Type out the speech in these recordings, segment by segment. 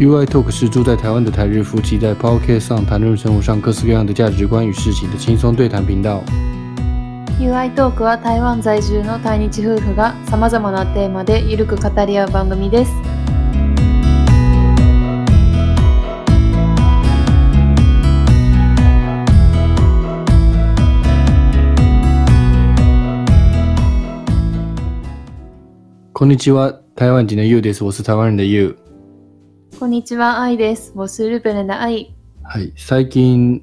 UI Talk 是住在台湾的台日夫妻在 Podcast 上谈论生活上各式各样的价值观与事情的轻松对谈频道。 UI トークは台湾在住の対日夫婦がさまざまなテーマでゆるく語り合う番組です。こんにちは，台湾人的 You です。我是台湾人的 You。こんにちは、愛です。我是日本人的愛。はい、最近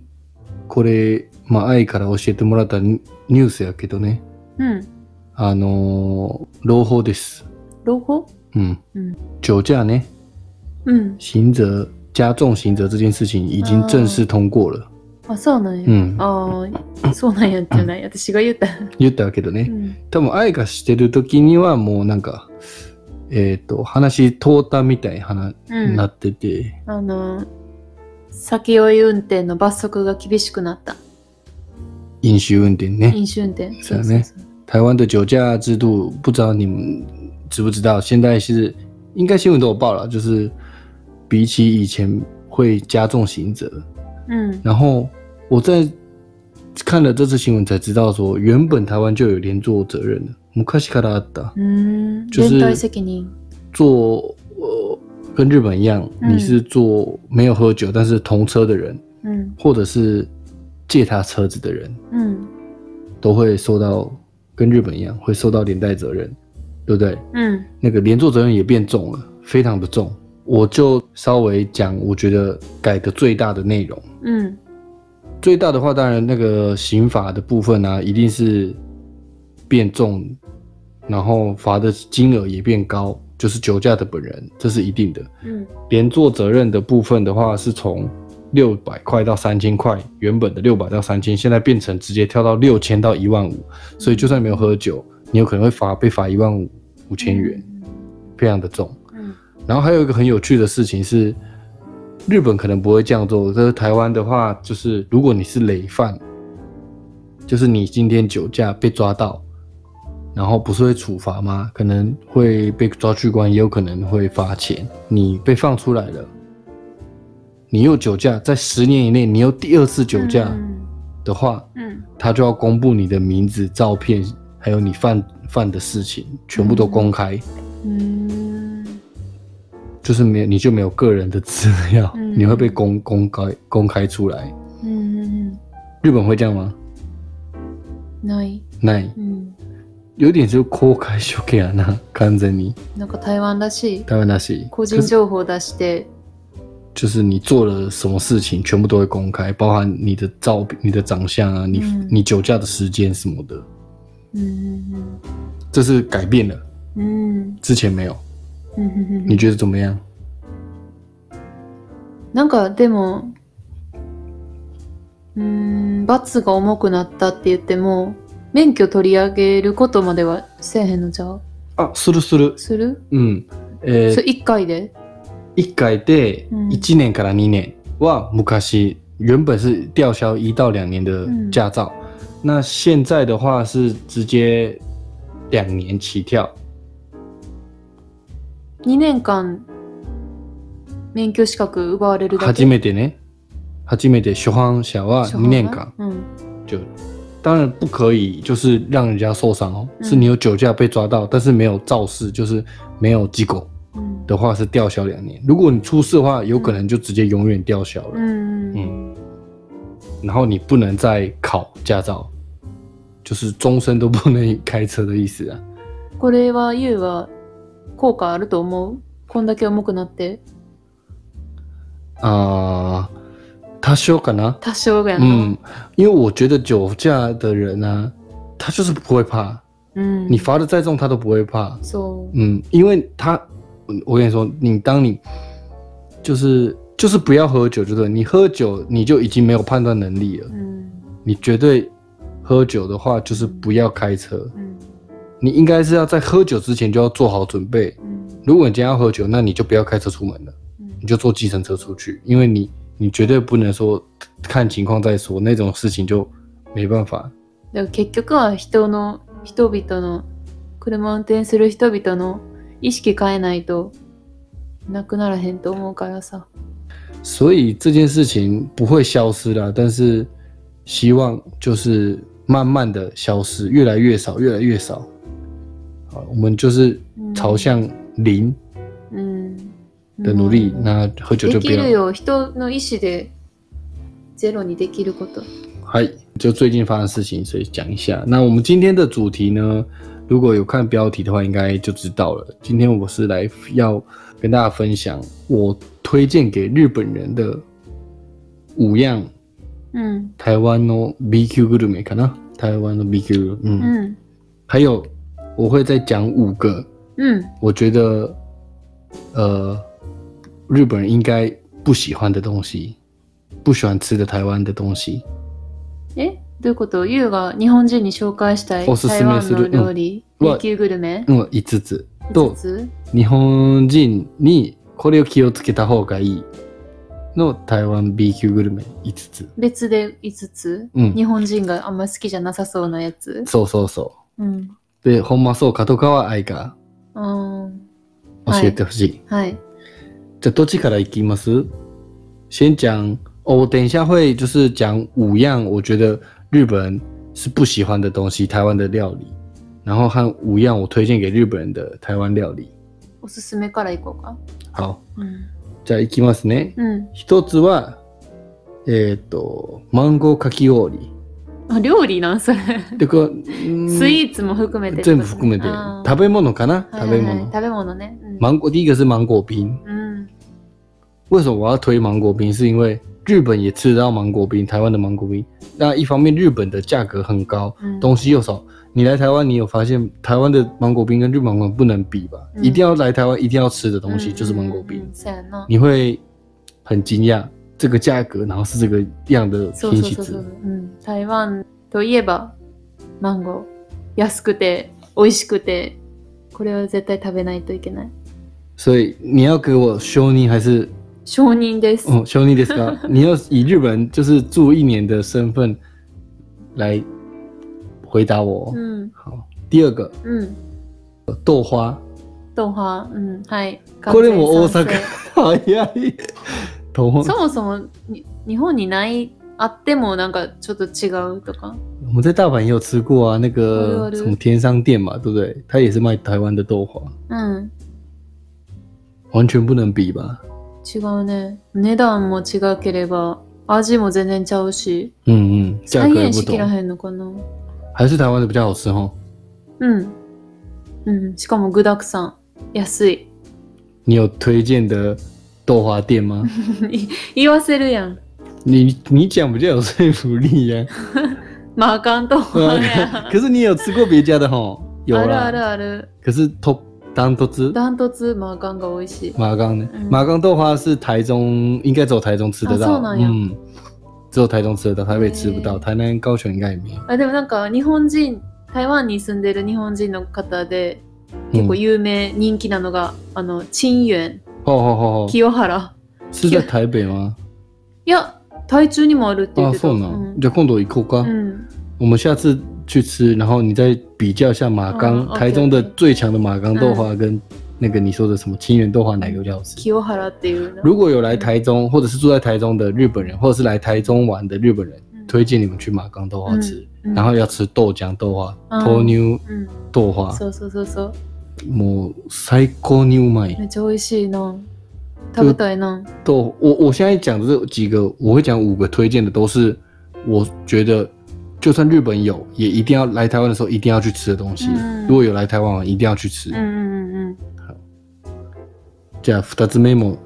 これまあ愛から教えてもらったニニュースやけどね、うん。あのー朗報です。朗報嗯嗯，酒驾呢，うん。刑责加重刑责这件事情已经正式通过了。あ、そうなんや。嗯，ああ、そうなんやじゃない。私が言った。言ったけどね。ん。多分愛がしてる時にはもうなんかえっ、と話通ったみたい話うん。なあってて、の、酒酔い運転の罰則が厳しくなった。飲酒運転ね。飲酒運転。そうやねそうそう台湾的酒驾制度，不知道你们知不知道？现在是应该新闻都有报了，就是比起以前会加重刑责。そううん。然后我在看了这次新闻才知道说，原本台湾就有连坐责任的，昔からあったうーん。就是連帯責任。坐呃跟日本一样，嗯你是坐没有喝酒但是同车的人，うん。或者是借他车子的人，うん。都会受到跟日本一样会受到连带责任，对不对？うん。那个连坐责任也变重了，非常的重。我就稍微讲，我觉得改革最大的内容，うん。最大的话，当然那个刑法的部分啊，一定是变重，然后罚的金额也变高，就是酒驾的本人，这是一定的。うん。连坐责任的部分的话，是从六百块到三千块，原本的六百到三千，现在变成直接跳到六千到一万五，所以就算没有喝酒，你有可能会罚被罚一万五五千元，嗯非常的重。うん。然后还有一个很有趣的事情是，日本可能不会这样做，但是台湾的话，就是如果你是累犯，就是你今天酒驾被抓到，然后不是会处罚吗？可能会被抓去关，也有可能会罚钱。你被放出来了，你又酒驾，在十年以内你又第二次酒驾うん的话，うん。他就要公布你的名字、照片，还有你犯犯的事情，全部都公开。うーん就是没有你就没有个人的资料，嗯你会被公公开公开出来。うん日本会这样吗？ない、ないうん、有点就公開処刑やな完全になんか台湾らしい台湾那些個人情報出して就是你做了什么事情，全部都会公开，包含你的照片、你的长相啊，你、嗯你酒驾的时间什么的，うん这是改变了，うんうん之前没有。うんうんう你ん觉得怎么样？なんかでもうーん罰が重くなったって言っても免許取り上げることまではせえへんのじゃうあ、するする。する、うん。えそーれ1回で一改で嗯1年から2年は昔原本是吊销一到两年的驾照，那现在的话是直接两年起跳， 2年間免許資格奪われるだけ初めてね，初めて初犯者は初2犯年は間うん就，当然不可以就是让人家受伤哦，嗯是你有酒驾被抓到，但是没有肇事，就是没有机构うん的话是吊销两年，如果你出事的话，有可能就直接永远吊销了。うん嗯然后你不能再考驾照，就是终身都不能开车的意思啊。これは U は効果あると思うこんだけ重くなって啊、他修可能，多少がやな嗯，因为我觉得酒驾的人啊，他就是不会怕，うん你罚的再重他都不会怕。そ嗯，因为他，嗯我跟你说，你当你就是就是不要喝酒，就对了，你喝酒你就已经没有判断能力了う、，うん你绝对喝酒的话就是不要开车。うん你应该是要在喝酒之前就要做好准备。うん如果你今天要喝酒，那你就不要开车出门了，你就坐计程车出去，因为你你绝对不能说看情况再说那种事情就没办法。だから結局は人の人々の車を運転する人々の意識変えないとなくならへんと思うからさ。所以这件事情不会消失啦，但是希望就是慢慢的消失，越来越少，越来越少。好，我们就是うん朝向零うん。的努力，那喝酒で就不き要る。よ、人の意思でゼロにできること。嗨，就最近发生的事情，所以讲一下。那我们今天的主题呢，如果有看标题的话，应该就知道了。今天我是来要跟大家分享我推荐给日本人的五样うん。台湾の B Q グルメかな。台湾の B Q，グルメ嗯，うん。还有我会再讲五个，うん。我觉得呃日本人应该不喜欢的东西，不喜欢吃的台湾的东西。えどういうことユウが日本人に紹介したいおすす台め湾すのる料う理、ん琉球グルメ嗯，一次次5とつ日本人にこれを気をつけた方がいいの台湾 B 級グルメ5つ。別で5つ、うん日本人があんま好きじゃなさそうなやつ。そうそうそうん。う。で、ほんまそうかとかは愛かうん。教えてほしい。はい。じゃあどっちから行きます先讲哦，我等一下会就是讲五样我觉得日本人是不喜欢的东西，台湾的料理，然后和五样我推荐给日本人的台湾料理。おすすめからいこうか。好，うん。じゃあ行きますね。うん。一つはえーっとマンゴーかき氷。あ料理なんそれ。でこれスイーツも含めてってこと全ね、部含めてあー食べ物かな？はい食はいべはい物。食べ物ね。うん芒果第一个是芒果冰，うん。为什么我要推芒果冰？是因为日本也吃得到芒果冰，台湾的芒果冰。那一方面，日本的价格很高，うん东西又少。你来台湾，你有发现台湾的芒果冰跟日本芒果冰不能比吧？嗯一定要来台湾一定要吃的东西うん就是芒果冰，うんうんそうやな。你会很惊讶这个价格，然后是这个样的そう天そう气そう值そう、。うん。台湾といえばマンゴー。安くて美味しくて、これは絶対食べないといけない。所以你要给我修尼还是承認です。哦修尼です か？你要以日本就是住一年的身份来回答我哦。うん。好，第二个うん。豆花。 ドンハうん。はい。これも大完全賛成阪早い哎豆そ花もそもに日本にない、あってもなんかちょっと違うとか。我们在大阪也有吃过啊，那あ个るある什么天商店嘛，对不对？它也是卖台湾的豆花，うん。完全不能比吧？違うね。値段も違ければ、味も全然ちゃうし、嗯嗯，价再格也現不しきら懂，へんのかな。还是台湾的比较好吃哦。うん。うん。しかも具だくさん。安い。你有推荐的豆花店 吗？言わせるやん。你你讲比较有说服力 呀、まああかんと对思うや啊。ん。可是你有吃啊过别家的 吼？有ある啦。あるある。可是豆当都吃ダントツまああかんが美味しい。马冈呢嗯？马冈豆花是台中，应该只有台中吃得啊到そう。なんや嗯，只有台中吃得到，台北吃不到，へー台南、高雄应该也没有。あでもなんか日本人、台湾に住んでる日本人の方で結構嗯，有名、人気なのが、あの、陳園、吼吼吼吼，清原。是在台北吗？いや、台中にもあるって言啊，ってた。そううなんん。じゃあ今度行こううか。ん我们下次去吃，然后你再比较一下马嗯冈，OK，台中的最强的马冈豆花跟那个你说的什么清源豆花哪个比较好吃？清原っていうの。如果有来台中或者是住在台中的日本人，或者是来台中玩的日本人，うん推荐你们去马冈豆花吃，うん然后要吃豆浆豆花、嗯豆牛うん豆花。そうそうそうそう。もう最高にうまいめっちゃ美味しいな。食べたいな。豆。我我现在讲的这几个，我会讲五个推荐的，都是我觉得就算日本有，也一定要来台湾的时候一定要去吃的东西。嗯如果有来台湾玩，一定要去吃。うんうんうんじゃあ二つ目も、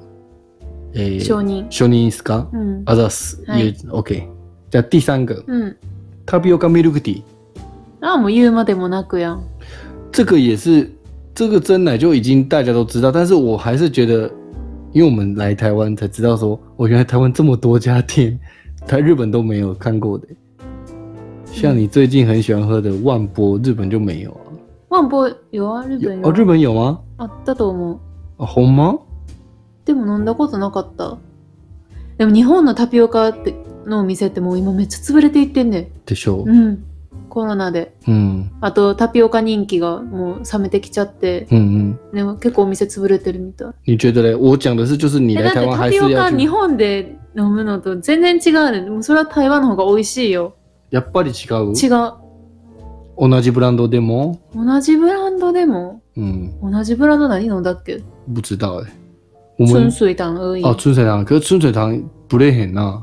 えうん。ー、承認。承認ですか？うん。あざっす。はい也 OK。じゃあ第三个うん。タピオカミルクティー，ああ、もう言うまでもなくやん。这个也是这个真奶就已经大家都知道，但是我还是觉得，因为我们来台湾才知道说，我原来台湾这么多家店，台日本都没有看过的。像你最近很喜欢喝的万波，日本就没有啊？ワンボよは日有本よ。哦，日本有吗？あったと思う。啊，红吗？でも飲んだことなかった。でも日本のタピオカってのお店ってもう今めっちゃ潰れていってんねん。でしょう。ん。コロナで。うんあとタピオカ人気がもう冷めてきちゃって、嗯嗯，でも結構お店潰れてるみたい。你觉得嘞？我讲的是，就是你え来だって台湾タ还ピオ是要カ去日。本で飲むのと全然違うね。でもそれは台湾の方が美味しいよ。やっぱり違う。違う。同じブランドでも、同じブランドでも嗯，同じブランド何飲んだっけ不知道哎。我春们水堂而已。哦，春水堂，可是春水堂不累很呐，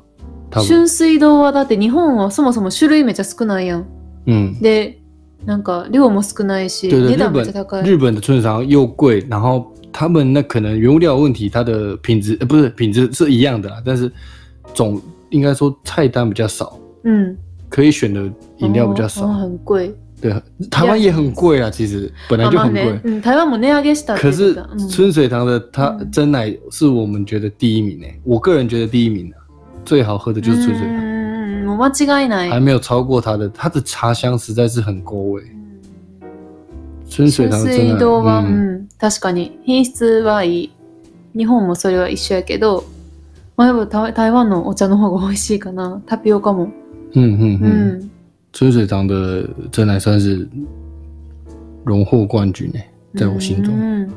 他们，春水堂はだって日本はそもそも種類めちゃ少ないやん。嗯，で、なんか量も少ないし、对对，値日段めっちゃ高本い。日本的春水堂又贵，然后他们那可能原物料的问题，它的品质呃不是品质是一样的啦，但是总应该说菜单比较少，うん。可以选的饮料比较少あ。あ很贵。对，台湾也很贵啊，其实本来あ就まあ很贵ね。、うん、台湾も値上げしたって可言って是た春水堂的它嗯真奶是我们觉得第一名诶、我个人觉得第一名、啊、最好喝的就是春水うん堂，うんうんうん、もう間違いない。还没有超过它的。它的茶香实在是很够味。春水春堂的真水奶，堂は、う嗯，ん、確かに品質はいい。日本もそれは一緒やけど、まあ、やっぱ台台湾のお茶の方が美味しいかな。タピオカも。嗯嗯う嗯，ん。春水堂的真奶算是荣获冠军诶、在我心中。うん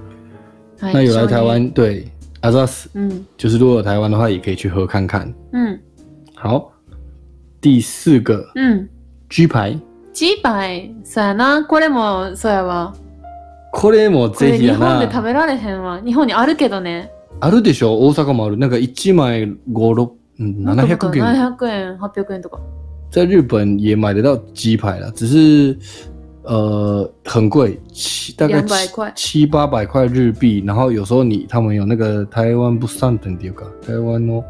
はい那有来台承湾对阿扎斯，認うん。就是如果有台湾的话，也可以去喝看看。うん。好，第四个うん。 G 牌。ジーパイ。そうやな。これも、そうやわ。これもこれぜひ日や本で食な。べられへんわ。日本にあるけどね。あるでしょ大阪もある。なんか1枚5、6、うん700元。 700円、800円とか。在日本也买得到鸡排啦，只是呃很贵，七大概200七块七八百块日币。然后有时候你他们有那个台湾不算等っていうか台湾哦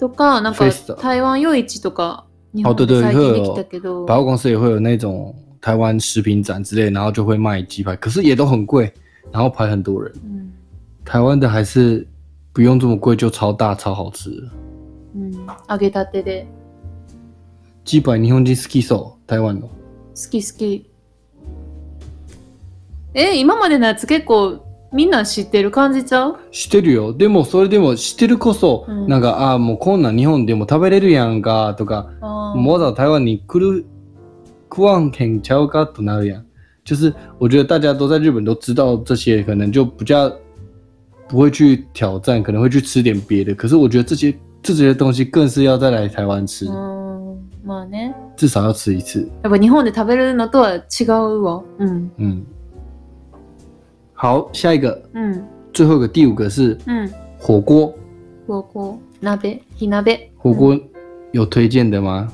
のとか、なんフかェスタ台湾夜市とか、日本あ对で对最近できたけど百。货公司也会有那种台湾食品展之类，然后就会卖鸡排，可是也都很贵，然后排很多人。うん台湾的还是不用这么贵，就超大超好吃了。うん揚げたてで。鸡排日本人好きそう台湾の。好き好き。え、今までのやつ結構みんな知ってる感じちゃうしてるよでもそれでもしてるこそ、うんなんかああもうこんなん日本でも食べれるやんかとか、あーもうわざわざ台湾に来る食わんけんちゃうかとなるやん就是 我觉得大家都在日本都知道这些，可能就比较不会去挑战，可能会去吃点别的。可是我觉得这些这些东西更是要再来台湾吃，うんまあね。至少要吃一次。やっぱ日本で食べるのとは違うわ。うん。嗯，好，下一个，うん。最后一个第五个是うん。火锅。火锅。鍋。火鍋。火锅有推荐的吗？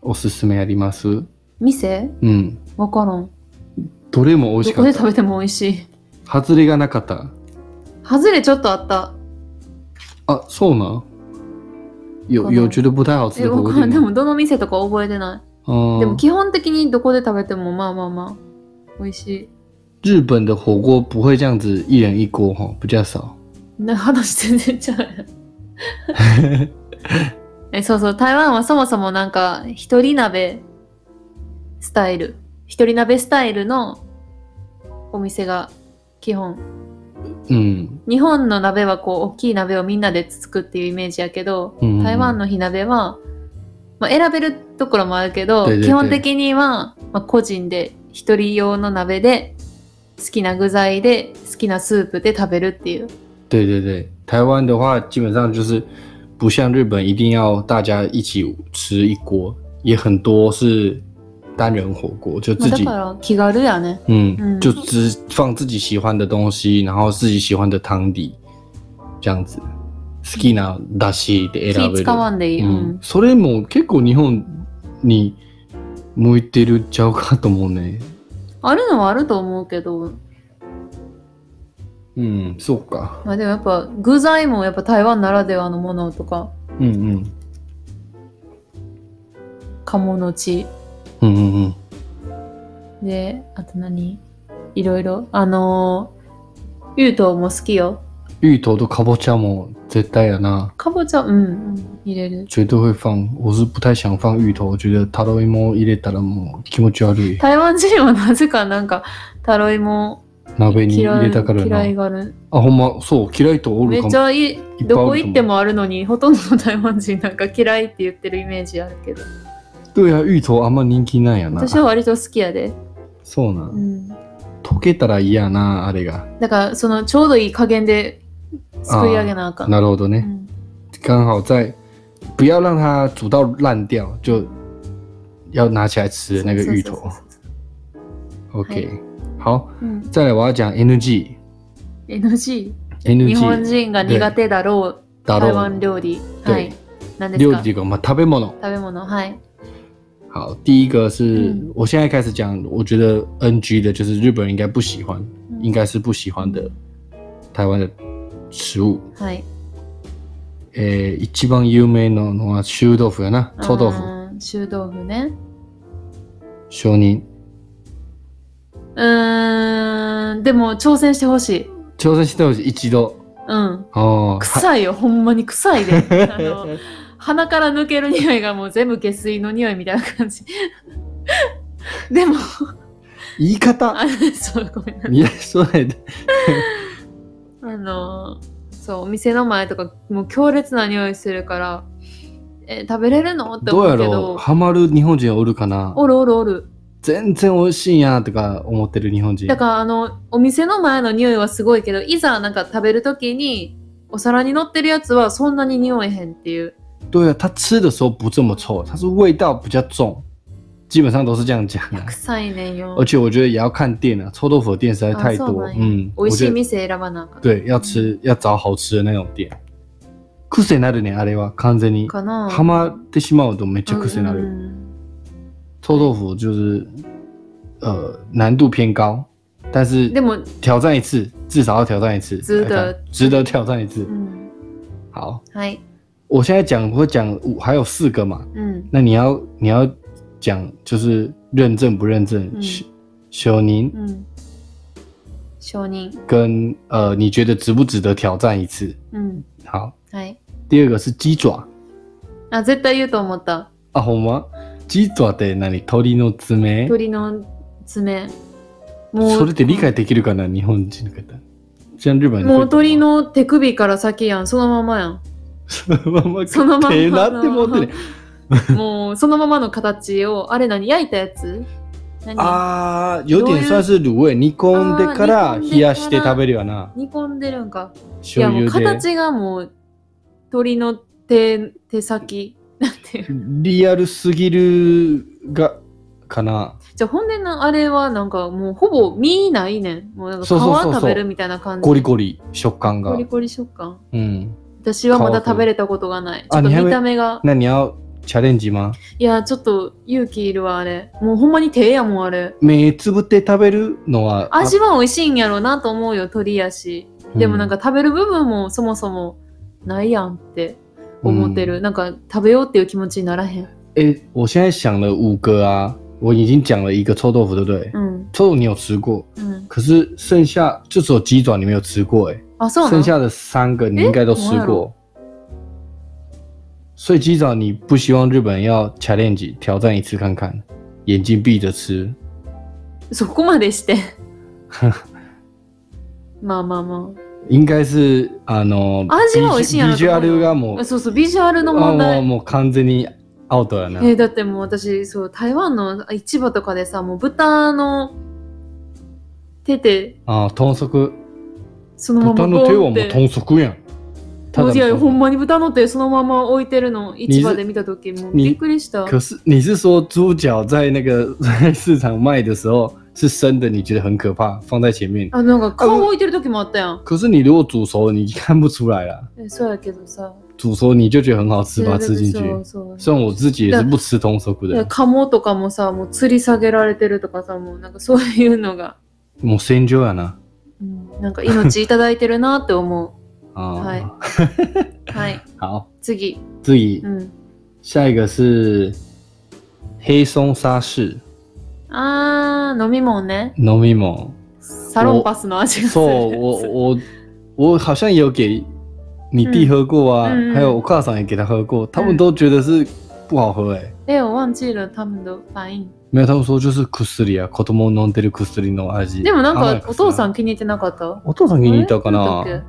おすすめあります？店うん。わからん。どれも美味どしかこっで食た。べても美味しい。外れがなかった。外れちょっとあった。あ、そうなん？有この有觉得不太好吃え、的火わ锅から店ん。で吗？もどの店とか覚えてな嗯い。でも基本的にどこで食べてもまあまあまあ。美味しい。日本的火锅不会这样子一人一锅哈，比较少。な話全然ちゃうやんえそうそう台湾はそもそもなんか一人鍋スタイル一人鍋スタイルのお店が基本嗯日本の鍋はこう大きい鍋をみんなでつつくっていうイメージやけど嗯。台湾の火鍋は、まあ、選べるところもあるけどででで基本的には、まあ、個人で一人用の鍋で好きな具材で好きなスープで食べるっていう对对对，台湾的话基本上就是不像日本一定要大家一起吃一锅，也很多是单人火锅，就自まあ、だ己から気軽やね。嗯，嗯就只放自己喜欢的东西，然后自己喜欢的汤底，这样子。好きなだしで選べ気る。使わんでいい。ううんん。それも結構日本に向いてるんちゃうかと思うね。あるのはあると思うけど、うん、そうか。まあでもやっぱ具材もやっぱ台湾ならではのものとか、うんうん。鴨の血うんうんうん。で、あと何いろいろ。あのー、ゆうとうも好きよ。芋頭とかぼちゃも絶対やな。かぼちゃ、うん、うん、入れる。绝对会放。我是不太想放芋头，我觉得タロイモ入れたらもう気持ち悪い。台湾人はなぜかなんか、タロイモ鍋に入嫌れいたから嫌いな。がある。あ、ほんま、そう、嫌いとおめるっかちも。ゃいいいっぱいあると思うどこ行ってもあるのに、ほとんどの台湾人なんか嫌いって言ってるイメージあるけど。对や、芋頭あんま人気なんやな。私は割と好きやで。そうなん、うん。溶けたら嫌な、あれが。だから、そのちょうどいい加減ですくい上げなあかん。なるほどうね。ん刚好在不要让它煮到烂掉，就要拿起来吃的那个芋头そう。そうそうそ OK，、好，ううん再来我要讲 energy NG。日本 energy 人が苦手だろうだ台ろ湾う料理。对はい。何です料か理这个嘛，食べ物。食べ物。はい。好，第一个是、嗯我现在开始讲，我觉得 NG 的就是日本人应该不喜欢，应该是不喜欢的台湾的食物。はい。诶、一番有名なのは臭豆腐や啊な、臭豆腐、あー。臭豆腐ね。小人。うーん。でも、挑戦してほしい。挑戦してほしい一度。うん。 哦， 臭いよ。ほんまに臭いで。あの鼻から抜ける匂いがもう全部下水の匂いみたいな感じ。 でも、言い 方あそう、ごめんなさい。你在说 你的あのそうお店の前とかもう強烈な匂いするからえー食べれるのってどう思やうけろうどハマる日本人おるかなおるおるおる全然美味しいんやとか思ってる日本人だからあのお店の前の匂いはすごいけどいざなんか食べる時にお皿に乗ってるやつはそんなに匂えへんっていう对啊，他吃的时候不这么臭，他是味道比较重，基本上都是这样讲いや啊。臭いねんよ而且我觉得也要看店啊，臭豆腐的店实在太あそう多な，んや嗯，美我味し觉い得店選ばなあかん对，要吃要找好吃的那种店。癖になるねあれは完全にかなハマってしまうとめっちゃ癖になうる。ん臭豆腐就是呃难度偏高，但是でも、挑战一次，至少要挑战一次，值得来看值得挑战一次う。ん、好，はい、我现在讲我会讲五，还有四个嘛，うん、那你要你要讲就是认证不认证，嗯小小宁うん、承認、跟呃，你觉得值不值得挑战一次？うん、好，はい第二个是鸡爪あ絶対言うと思った啊，好吗？鸡爪って何？鳥の爪？鳥の爪もそれうで理解できるかな？日本人の方。像日本人会もう鳥 の手首から先やんそのままやんそそのまま手なって持 ってね。もうそのままの形をあれ何焼いたやつ何あー、有点算是卤味。煮込んでからあー煮冷込んでからやして食べるよな。煮込んでるんかい醤やもう油で。形がもう鳥の手手先なんていうリアルすぎるが、かな。じゃあほんでなあれはなんかもうほぼ身ないねんもうなんか皮そうそうそうそう食べるみたいな感じゴリゴリ食感がコ。リコリ食感うん。私はまだ食べれたことがないちょあっとにゃめ見た目が那你要チャレンジ吗いやちょっと勇気いるわあれもうほんまに手やもんあれ目つぶって食べるのは。あ味は美味しいんやろうなと思うよ鳥やしでもなん、か食べる部分もそもそもないやんって思ってる、嗯。なんか食べようっていう気持ちにならへん诶，我现在想了五个啊，我已经讲了一个臭豆腐，对不对？うん臭豆腐你有吃过，うん可是剩下就只有鸡爪你没有吃过、诶。あそうな剩の下的三个你应该都吃诶过。所以机长，你不希望日本人要 challenge 挑战一次看看，眼睛闭着吃。そこまでして まあまあま应该是あの味は美味しいやろビジュビジュアルがもうあそうそうビジュアルの問あもう題もう完全にアウトやな。えーだってもう私そう台湾の市場とかでさもう豚の手であ豚足そのまま豚の手はもボンうって豚足やん。もういやほんま。まに豚の手そのまま置いてるの市場で見た時もうびっくりした可是你是说猪脚在那个在市场卖的时候是生的，你觉得很可怕，放在前面。あなんか顔置いてる時もあったやん可是你如果煮熟，你看不出来啦。えそうやけどさ煮熟你就觉得很好吃，把它そ吃う进去。そう虽然我自己也是不吃通熟いや的，鴨とかもさもう吊り下げられてるとかさもうなんかそういうのが、もう戦場やな。うんなんか命いただいてるなって思啊，はいう はい好，次自己うん下一个是黑松沙士あー飲み物ね n o m i m o サロンパスの味がすそるう、我我我好像有给你弟喝过啊，嗯嗯嗯还有我跨上也给他喝过，他们都觉得是不好喝哎、え我忘记了他们的反应没有，他们说就是苦涩里啊，子供飲んでる苦涩里の味。でもなん甘いか薬お父さん、気に入ってなかったお父さん気に入ったかあなれ。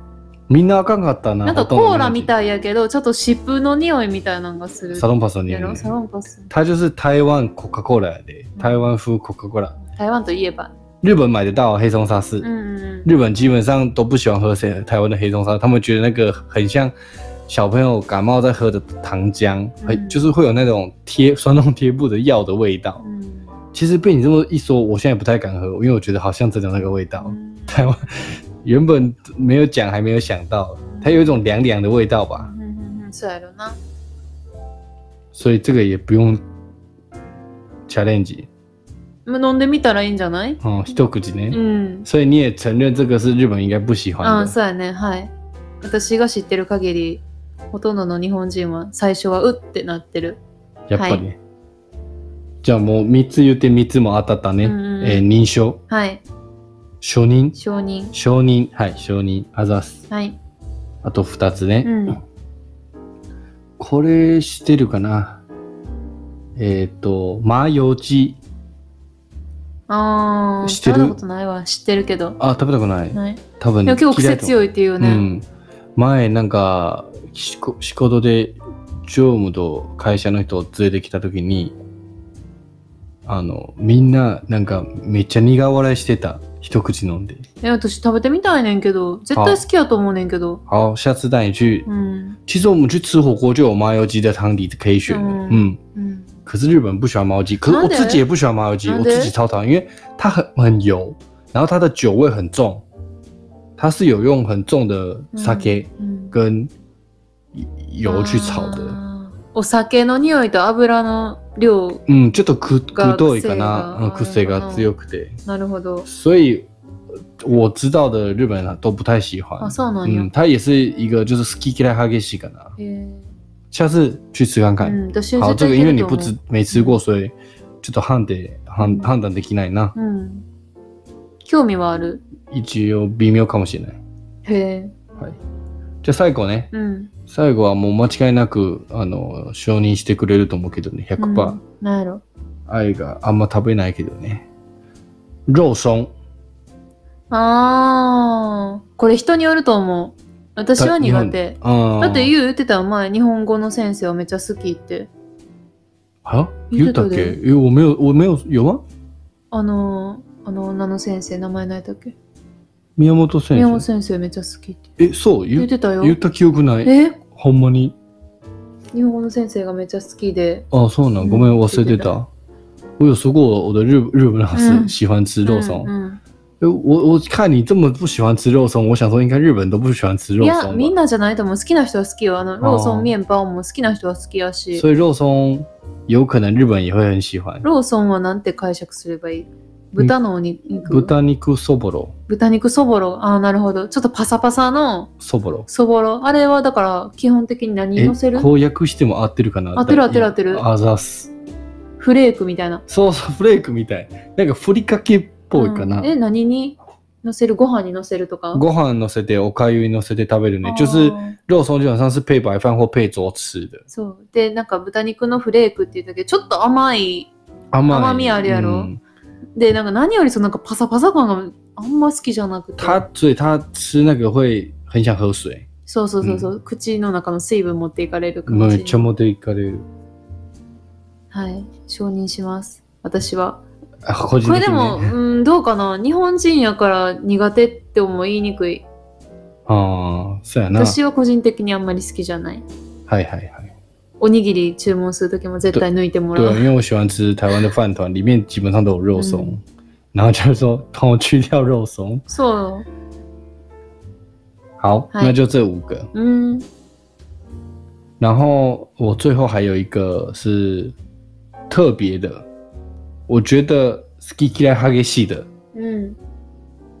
みんなあかんかったな。なんかほとどコーのラ日本人みたいやけど、ちょっと湿布の匂いみたいなのがする。サロンパスの匂やいろね。サロンパス。它就是台湾可口可乐的，嗯台湾風可口可乐。台湾といえば。日本买得到黑松沙士，うんうん日本基本上都不喜欢喝谁台湾的黑松沙，他们觉得那个很像小朋友感冒在喝的糖浆，很、嗯就是会有那种贴 酸痛贴布的药的味道。うん。其实被你这么一说，我现在也不太敢喝，因为我觉得好像真的有那个味道。うん台湾原本没有讲，还没有想到，它有一种凉凉的味道吧，うんうんうんそうやろな。所以这个也不用 challenge。飲んでみたらいいんじゃない嗯，一口ね。うん。所以你也承认这个是日本应该不喜あ欢あ、的。そうやね。はい。私が知ってる限り、ほとんどの日本人は最初はうってなってる。やっぱりね。じゃあもう3つ言って3つも当たったね。うんうんえー認証、はい。承認、承認。承認、はい、承認、あざす。はい。あと2つね。うん。これしてるかなえっ、と、麻油鸡。ああ、知ってる食べたことないわ。知ってるけど。あ、食べたくない。ない。い多分や、結構癖い強いっていうようね。ん。前なんか、しこ仕事で常務と会社の人を連れてきた時に、あの、みんななんかめっちゃ苦笑いしてた。一口飲んで。え、私食べてみたいねんけど、絶対好きやと思うねんけど。好，下次带你去。うん。其实我们去吃火锅就有麻油鸡的汤底可以选了。嗯嗯うん。可是日本不喜欢麻油鸡，可是我なんで自己也不喜欢麻油鸡，なん我で自己超讨厌，因为它很很油，然后它的酒味很重，它是有用很重的 sake うん跟油去炒的。あーお酒の匂いと油の量。嗯，ちょっとくがくどいかな、嗯，癖癖ががあるのかな強くて，なるほど。所以呃我知道的日本人都不太喜欢あ、。そうなんや嗯，。它也是一个就是 ski k i r a h a g i s 那。へー下次去吃看看。うん、私は好，絶这対个いけ因为る你と思不う知没吃过，所以ちょっと判定判判断できないな。うん。興味はある。一応微妙かもしれない。へえ。じゃあ最後ね。うん。最後はもう間違いなくあの承認してくれると思うけどね。うん100%。なんやろ。愛があんま食べないけどね。肉松。あー。これ人によると思う。私は苦手。あだってう。ゆう言ってたよ前、日本語の先生はめっちゃ好きって。あ言言っってたたっでけえ、我没有、我没有、有吗あのー、あの女の先生、名前ないだっけ宮本先宮本生。先生めっちゃ好きってえ、そう言言っうてたよ。言った記憶ない。えほんまに。日本語の先生がめっちゃ好きで。哦，そうなん、ごめん忘れて嗯た。我有说过，我的日日本老师嗯喜欢吃肉松。うん呃我我看你这么不喜欢吃肉松，我想说应该日本都不喜欢吃うん、肉い松や、みん吧。なじゃないと思う。好きな人は好きよ。あの、ローソン、あーミエン、パオも好きな人は好きやし。所以肉松有可能日本也会很喜欢。ローソンはなんて解釈すればいい豚のお肉豚肉そぼろ、豚肉そぼろ。ああ、なるほど。ちょっとパサパサのそぼろ。そぼろ。あれはだから基本的に何え乗せるこう訳しても合ってるかな合ってる合ってる合ってるあざす。フレークみたいな。そうそう、フレークみたい。なんかふりかけっぽいかな。うんえ、何に乗せるご飯に乗せるとか。ご飯乗せて、おかゆに乗せて食べるねあ。ー就是肉松基本上是配白饭或配粥吃的。そう。で、なんか豚肉のフレークって言ったけど、ちょっと甘い。甘い甘みあるやろうんで、なんか何よりそのなんかパサパサ感があんま好きじゃなくて。他所以他吃那个会很想喝水，そうそうそうそう、口の中の水分持っていかれる感めじ。っちゃ持っていかれる。はい。承認します。私は。あ個人これ的でにねも、うん、どうかな日本人やから苦手っても言いにくい。ああ、そうやな。はい私は個人的にあんまり好きじゃない。はいはい。おにぎり注文するときも絶対抜いてもら对，う。因为我喜欢吃台湾的饭团，里面基本上都有肉松，嗯然后就是说帮我去掉肉松。そ好，嗨那就这五个。う。うん。然后我最后还有一个是特别的，我觉得 ski k i h a g 系的，うん。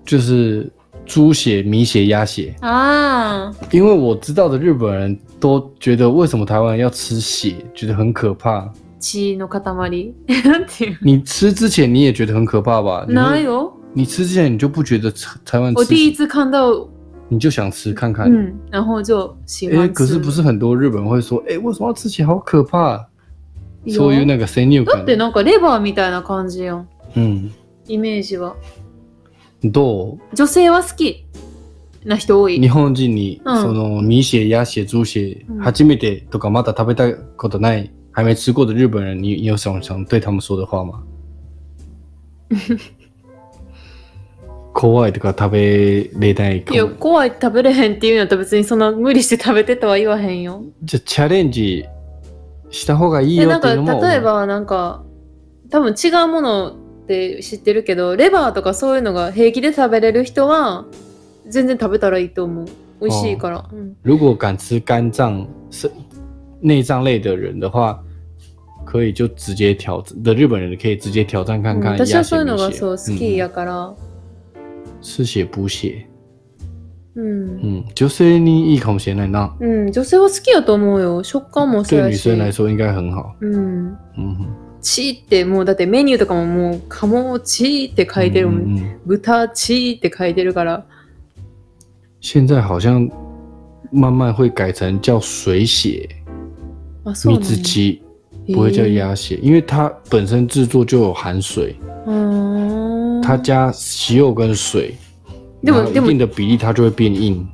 就是猪血、米血、鸭血。ああ。因为我知道的日本人都觉得为什么台湾人要吃血，觉得很可怕。血の塊。 なんていう你吃之前你也觉得很可怕吧？你会ないよ。你吃之前你就不觉得吃台湾我吃第一血，次看到、你就想吃看看。うん。然后就喜哎、欢吃。可是不是很多日本人会说，哎、为什么要吃血？好可怕、いいよ所以那个 s e n u だってなんかレバーみたいな感じやん。嗯，イメージは。どう？女性は好き。な人多い。日本人に、うんその米血、鸭血、猪血、うん初めてとかまだ食べたことない、还没吃过的日本人，你你有什么想对他们说的话 吗？怖いとか食べれないかいや、も。怖い食べれへんっていうんやったら別にそんな無理して食べてとは言わへんよ。じゃあチャレンジした方がいいえよなっんていかうのも。例えばなんか多分違うものって知ってるけどレバーとかそういうのが平気で食べれる人は全然食べたらいいと思う美味しいから、うん如果敢吃肝脏、是内脏类的人的话，可以就直接挑的日本人可以直接挑战看看私鸭はそ血、ういう米のが血そう好きやから是血补血，う嗯，ん、就是你一口血奶酪，うん、女性は好きやと思うよ食感もそう对や女し生来说应该很好，うん嗯哼，チーってもうだってメニューとかももう鴨チーって書いてるもん、嗯嗯嗯豚チーって書いてるから现在好像慢慢会改成叫水血、あそ蜜うなんや汁鸡，へー不会叫鸭血，因为它本身制作就有含水，うーん它加石油跟水，でも然后一でも定的比例它就会变硬。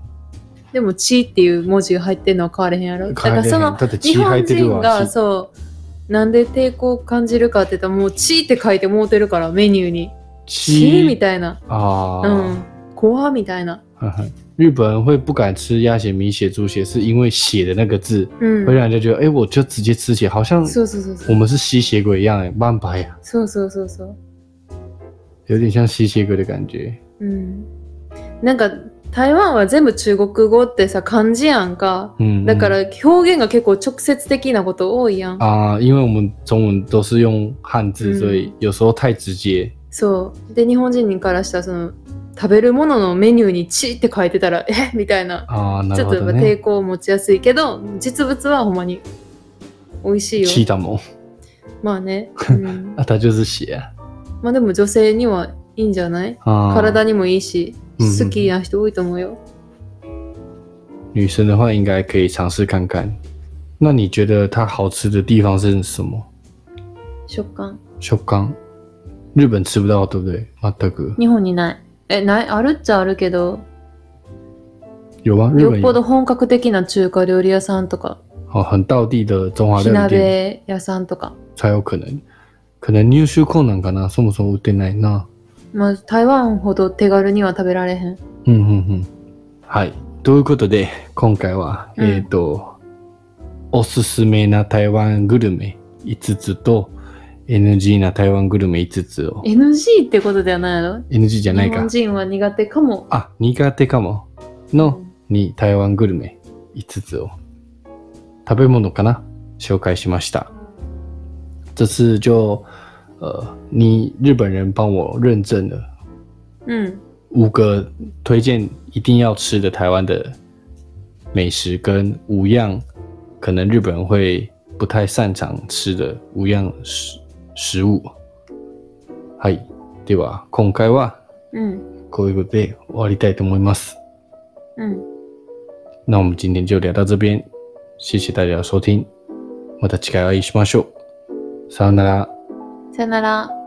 でも「ち」っていう文字が入ってんのは変われへんやろだ変かわれへらんそのだって血日入本ってる人わが血そうなんで抵抗感じるかって言ったらもう「ち」って書いてもうてるからメニューに「ち」みたいな啊，うん怖みたいな呵呵 日本人会不敢吃鸭血、米血、猪血，是因为“血”的那个字うん会让人家觉得，哎、我就直接吃血，好像そうそうそうそ我う们是吸血鬼一样，哎，慢白呀，そうそうそうそう有点像吸血鬼的感觉。うんなんか台湾は全部中国語ってさ漢字やんか嗯，だか嗯ら表現が結構直接的なこと多いやん啊、因为我们中文都是用汉字，嗯所以有时候太直接。そうで日本人からしたらその食べるもののメニューに「ち」って書いてたら「 えみたいな啊、なちるょほっとやっどぱね抵。抗を持ちやすいけど、実物はほんまに美味しいよ。血的毛，まあね、 うん那、它就是血啊。まあでも女性にはいいんじゃない啊体にもいいうし、んうん好きな人多いと思うよ。女生的话应该可以尝试看看。那你觉得它好吃的地方是什么？食感。食感。日本吃不到，对不对？全く。日本にない。え、ない、あるっちゃあるけど、有吗？日よ本っ有ぽど本格的な中華料理屋さんとか、哦，很道地的中华火料理店鍋屋さんとか。才有可能。可能入手困難かな、そもそも売ってないな。まあ台湾ほど手軽には食べられへん。うんうんうん。はい。ということで、今回は、うんえっ、と、おすすめな台湾グルメ5つと、NG な台湾グルメ5つを。 NG ってことではないやろ NG じゃない日か本。人は苦手かも。あ、苦手かも。のに台湾グルメ5つを食べ物かな紹介しました。这次就呃，你日本人帮我认证了うん。五个推荐一定要吃的台湾的美食，跟五样可能日本人会不太擅长吃的五样食食物。はい、では今回はうん。こういうことで終わりたいと思います。うん。那我们今天就聊到这边，谢谢大家的收听，また次回お会いしましょう。さようなら。さよなら。